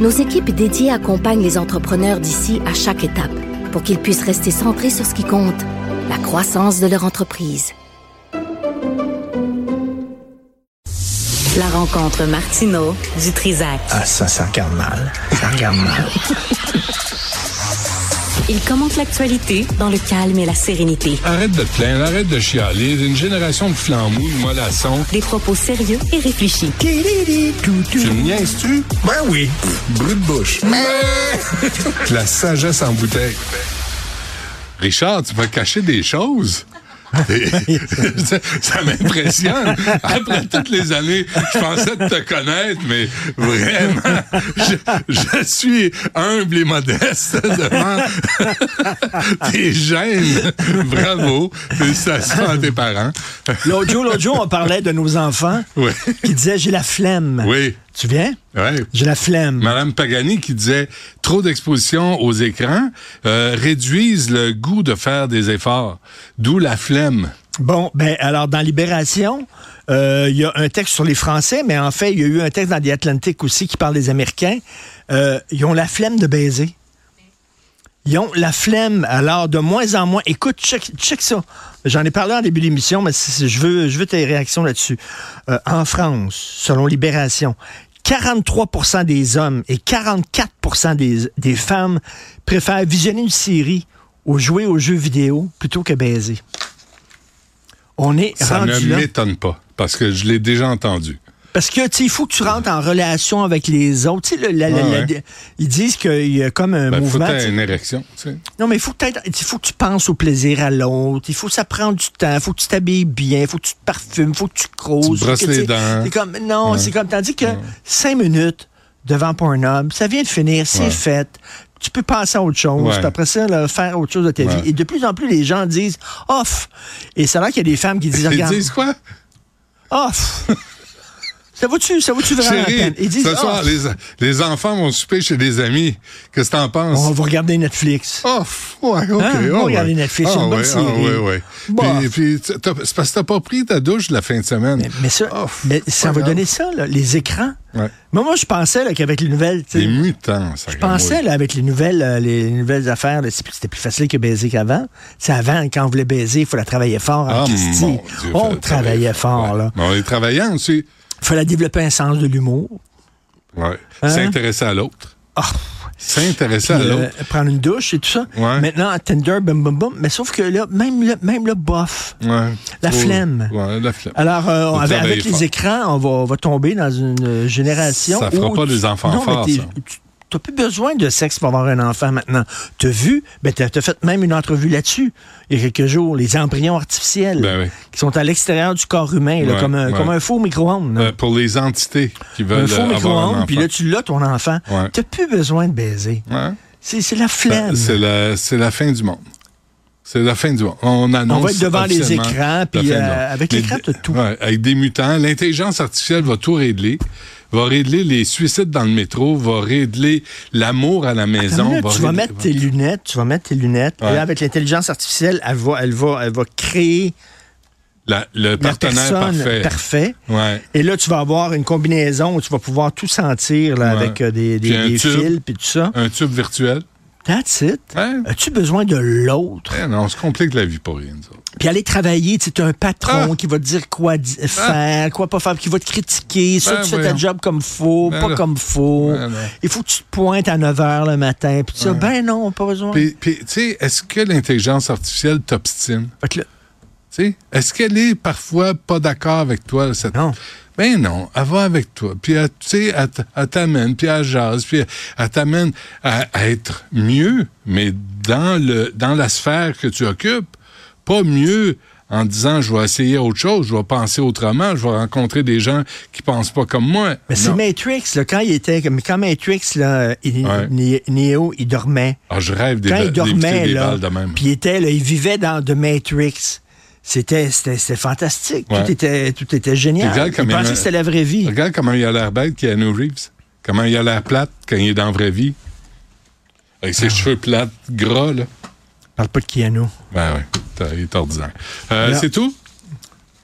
nos équipes dédiées accompagnent les entrepreneurs d'ici à chaque étape pour qu'ils puissent rester centrés sur ce qui compte, la croissance de leur entreprise. La rencontre Martino du Trisac. Ah, ça, ça regarde mal. Ça regarde mal. Il commente l'actualité dans le calme et la sérénité. Arrête de te plaindre, arrête de chialer. Une génération de flambous, de mollassons. Des propos sérieux et réfléchis. Tu me niaises-tu? Ben oui. Brut de bouche. La sagesse en bouteille. Richard, tu vas cacher des choses? ça, ça m'impressionne. Après toutes les années, je pensais te connaître, mais vraiment, je, je suis humble et modeste devant tes gènes. Bravo. Félicitations à tes parents. L'autre jour, l'autre jour, on parlait de nos enfants Oui. qui disaient j'ai la flemme. Oui. Tu viens? Ouais. J'ai la flemme. Madame Pagani qui disait trop d'exposition aux écrans euh, réduisent le goût de faire des efforts, d'où la flemme. Bon, ben alors dans Libération, euh, il y a un texte sur les Français, mais en fait, il y a eu un texte dans The Atlantic aussi qui parle des Américains. Euh, ils ont la flemme de baiser. Ils ont la flemme. Alors, de moins en moins. Écoute, check, check ça. J'en ai parlé en début d'émission, mais si- si- je veux, je veux tes réactions là-dessus. Euh, en France, selon Libération, 43 des hommes et 44 des, des femmes préfèrent visionner une série ou jouer aux jeux vidéo plutôt que baiser. On est Ça ne rendu là. m'étonne pas, parce que je l'ai déjà entendu. Parce que, tu sais, il faut que tu rentres en relation avec les autres. Tu sais, le- la- la- Ah Ouais, la- ouais. ils disent qu'il y a comme un Il faut mouvement. que tu t'aies sais. Ben, une érection, tu sais. Non, mais il faut, que t'aies- il faut que tu penses au plaisir à l'autre. Il faut que ça prend du temps. Il faut que tu t'habilles bien. Il faut que tu te parfumes. Il faut que tu croses. Tu brosses faut que, les sais, dents. C'est comme, non, Ouais. c'est comme. Tandis que cinq minutes devant Pornhub, ça vient de finir. C'est Ouais. fait. Tu peux passer à autre chose. Ouais. puis après ça, là, faire autre chose de ta Ouais. vie. Et de plus en plus, les gens disent off. Et c'est là qu'il y a des femmes qui disent Ils regarde, disent quoi? off. ça vaut-tu ça vaut-tu vraiment la peine? Chérie, Ils disent oh. ce soir, off. les, les enfants vont souper chez des amis. Qu'est-ce que t'en On penses? va regarder Netflix. Oh, f- ouais, OK. Hein, oh, on va ouais. regarder Netflix, ah, une bonne ouais, série. Bah. Ah, ouais, ouais. Bof. Puis, puis t'as- t'as- c'est parce que t'as pas pris ta douche la fin de semaine. Mais ça, Oh, f- mais ça pas va grave. donner ça, là, les écrans. Ouais. Moi, moi, je pensais là, qu'avec les nouvelles. tu sais, Des mutants, ça Je pensais là, avec les nouvelles, euh, les nouvelles affaires, là, c'est plus- c'était plus facile que baiser qu'avant. C'est avant, quand on voulait baiser, il fallait travailler fort. Ah, en Christi. mon Dieu, on fallait travailler. travaillait fort. Ouais. là. Mais on est travaillant aussi. Il fallait développer un sens de l'humour. Ouais. Hein? S'intéresser à l'autre. Ah, S'intéresser à puis, l'autre. euh, prendre une douche et tout ça. Ah, Ouais. Maintenant, Tinder, bum, bum, bum. Mais sauf que là, même le, même le bof. Ouais. La Faut- flemme. Ouais, la flemme. Alors, euh, on- Faut avec, travailler avec les fort. écrans, on va, on va tomber dans une euh, génération. Ça fera où pas tu- des enfants non, mais forts, t'es- ça. tu- T'as plus besoin de sexe pour avoir un enfant maintenant. T'as vu, ben t'as t'as fait même une entrevue là-dessus il y a quelques jours, les embryons artificiels Ben oui. qui sont à l'extérieur du corps humain, là, Ouais, comme, un, ouais. comme un faux micro-ondes. là. Euh, pour les entités qui veulent un faux euh, avoir un micro-ondes, enfant. puis là tu l'as ton enfant. Ouais. T'as plus besoin de baiser. Ouais. C'est c'est la Ben, flemme. C'est la, c'est la fin du monde. C'est la fin du monde. On annonce. On va être devant les officiellement écrans, la puis, fin du euh, monde. avec Mais l'écran, d- t'as tout. ouais, avec des mutants. L'intelligence artificielle va tout régler. Va régler les suicides dans le métro, va régler l'amour à la maison. Attends une minute, va tu vas régler- mettre tes lunettes, tu vas mettre tes lunettes. Ouais. Et là, avec l'intelligence artificielle, elle va, elle va, elle va créer la- le la partenaire personne parfait. parfait. Ouais. Et là, tu vas avoir une combinaison où tu vas pouvoir tout sentir là, Ouais. avec euh, des, des- Puis un des tube. fils puis tout ça. Un tube virtuel. That's it. Ouais. As-tu besoin de l'autre? Eh, non, on se complique la vie pour rien. nous autres. Puis aller travailler, tu sais, t'as un patron Ah. qui va te dire quoi di- faire, quoi pas faire, puis qui va te critiquer. Ça, Ben tu fais ta voyons. job comme faux, Ben pas là. comme faux. Ben non. Il faut que tu te pointes à 9 h le matin, puis tu dis, ben non, pas besoin. Puis, puis, tu sais, est-ce que l'intelligence artificielle t'obstine? Fait que là, Tu sais, Est-ce qu'elle est parfois pas d'accord avec toi? Cette... Non. Ben non, elle va avec toi. Puis, elle, tu sais, elle t- elle t'amène, puis elle jase, puis elle- elle t'amène à, à être mieux, mais dans, le, dans la sphère que tu occupes, pas mieux en disant je vais essayer autre chose, je vais penser autrement, je vais rencontrer des gens qui pensent pas comme moi. Mais c'est Non. Matrix, là, quand il était. comme- Quand Matrix, là, il- Ouais. Ni- Neo, il dormait. Ah, je rêve des, quand ba- il d'éviter dormait, des là, balles de même. puis il était, là, il vivait dans The Matrix. C'était, c'était, c'était fantastique. Tout, Ouais. était, tout était génial. Regarde il comme il pensait me- que c'était la vraie vie. Regarde comment il a l'air bête, Keanu Reeves. Comment il a l'air plate quand il est dans la vraie vie. Avec Ah. ses cheveux plates, gras, là. Parle pas de Keanu. Ben oui, t'as- il est ordinaire. Euh, Là. c'est tout?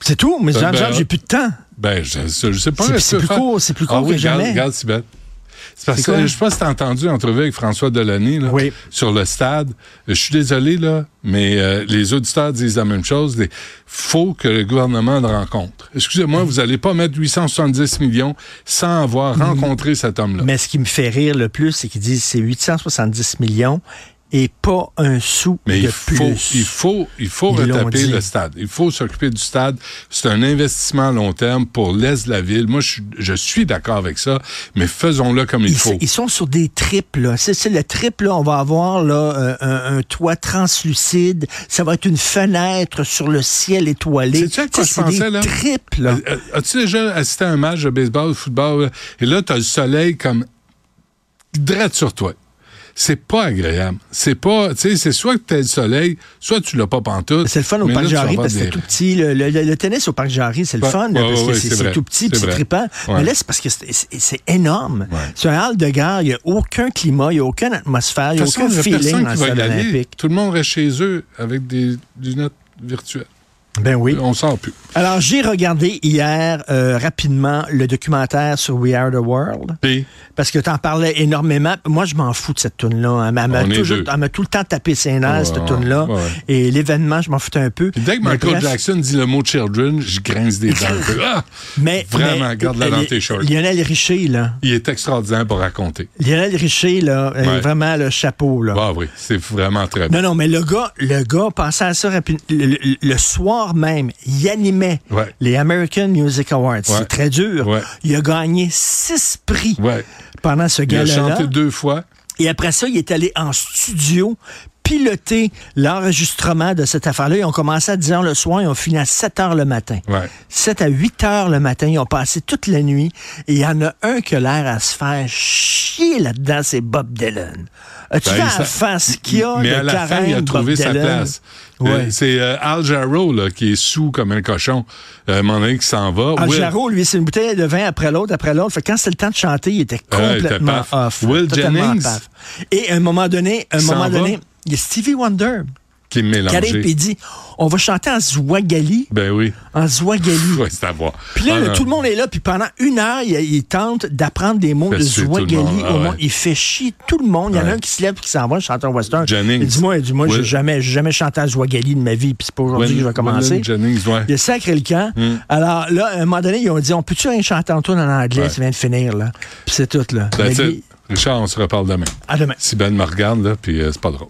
C'est tout, mais Ben, Jean, ben, Jean, j'ai plus de temps. Ben, je, je- je sais pas. C'est- est-ce c'est que- plus court, c'est plus Ah court oui, que regarde, jamais. Regarde, Sibeth. C'est parce C'est quoi? que je sais pas si t'as entendu l'entrevue avec François Delaney là, Oui. sur le stade. Je suis désolé, là, mais euh, les auditeurs disent la même chose. Il faut que le gouvernement le rencontre. Excusez-moi, vous allez pas mettre 870 millions sans Mm-hmm. avoir rencontré cet homme-là. Mais ce qui me fait rire le plus, c'est qu'ils disent c'est 870 millions et pas un sou Mais de il faut, plus. il faut, il faut Ils l'ont retaper dit. le stade. Il faut s'occuper du stade. C'est un investissement à long terme pour l'Est de la ville. Moi, je, suis- je suis d'accord avec ça, mais faisons-le comme il, Ils, faut. ils sont sur des tripes, là. C'est, c'est le trip, là. On va avoir là, euh, un, un toit translucide. Ça va être une fenêtre sur le ciel étoilé. Sais-tu à quoi Tu sais, je c'est pensais, des là? tripes, là. Euh, As-tu déjà assisté à un match de baseball, de football, là? et là, tu as le soleil comme drette sur toi? C'est pas agréable. C'est pas, tu sais, c'est soit que t'as le soleil, soit tu l'as pas pantoute. C'est le fun au mais Parc là, tu vas Jarry avoir parce que des- c'est tout petit. Le, le- le- le tennis au Parc Jarry, c'est le Ouais, fun là, ouais, parce ouais, que ouais, c'est, c'est c'est vrai. tout petit, puis C'est c'est vrai. trippant. Ouais. Mais là, c'est parce que c'est, c'est- c'est énorme. C'est un hall de gare. Il n'y a aucun climat, il n'y a aucune atmosphère, il De n'y a toute façon, aucun il y a feeling personne dans le qui va stade y aller. olympique. Tout le monde reste chez eux avec des lunettes virtuelles. Ben oui. On sort plus. Alors, j'ai regardé hier euh, rapidement le documentaire sur We Are the World. Et- Parce que t'en parlais énormément. Moi, je m'en fous de cette toune-là. Elle m'a- elle m'a On est toujours- deux. elle m'a tout le temps tapé ses nerfs, Ouais, cette ouais, toune-là. ouais, ouais. Et l'événement, je m'en foutais un peu. Puis dès que Mais Michael bref, Jackson dit le mot children, je grince des dents un peu. Ah! Mais, Vraiment, mais- euh, garde-la dans tes shorts. Lionel Richer, là. Il est extraordinaire pour raconter. Lionel Richer, là, est Ouais. vraiment le chapeau, là. Ah oui, c'est vraiment très bien. Non, non, mais le gars, le gars pensait à ça rapidement. Le, le- le soir même, il animait Ouais. les American Music Awards. C'est très dur. Ouais. Il a gagné six prix Ouais. pendant ce Il a gala-là. chanté deux fois. Et après ça, il est allé en studio piloter l'enregistrement de cette affaire-là. Ils ont commencé à 10 heures le soir, ils ont fini à 7 heures le matin. Ouais. 7 à 8 heures le matin, ils ont passé toute la nuit et il y en a un qui a l'air à se faire chier là-dedans, c'est Bob Dylan. As-tu Ben, vu il la s'a- face qu'il y a Mais de à la fin, carême, il a Bob trouvé sa Dylan? place. Ouais. Euh, c'est euh, Al Jarreau là, qui est sous comme un cochon. Euh, à un moment donné, qui s'en va. Ah, Will- Jarreau, lui, c'est une bouteille de vin après l'autre, après l'autre. Fait que quand c'était le temps de chanter, il était Ouais, il était complètement paf. off. Will totalement Jennings. paf. Et à un moment donné, à un S'en moment va. donné, il y a Stevie Wonder. qui est qui arrive et mélangé. dit on va chanter en Zouagali. Ben oui. En Zouagali. Ouais, c'est à voir. Puis là, Ah, le- non. tout le monde est là, puis pendant une heure, il, il tente d'apprendre des mots Fait de chier tout le monde, Zouagali au ah ouais. monde. Il fait chier tout le monde. Il y en a Ouais. un qui se lève, qui s'en va, le chanteur western. Jennings. Il dit moi, il dit, moi, Will- j'ai jamais, j'ai jamais chanté à Zouagali de ma vie, puis c'est pas aujourd'hui que je vais Will- commencer. Will Jennings, ouais. Hmm. Il a sacré le camp. Alors là, à un moment donné, ils ont dit on peut-tu rien chanter en tourne en anglais Ouais. Ça vient de finir, là. Puis c'est tout, là. That's Mais it. lui- Richard, on se reparle demain. À demain. Si Ben me regarde, là, puis euh, c'est pas drôle.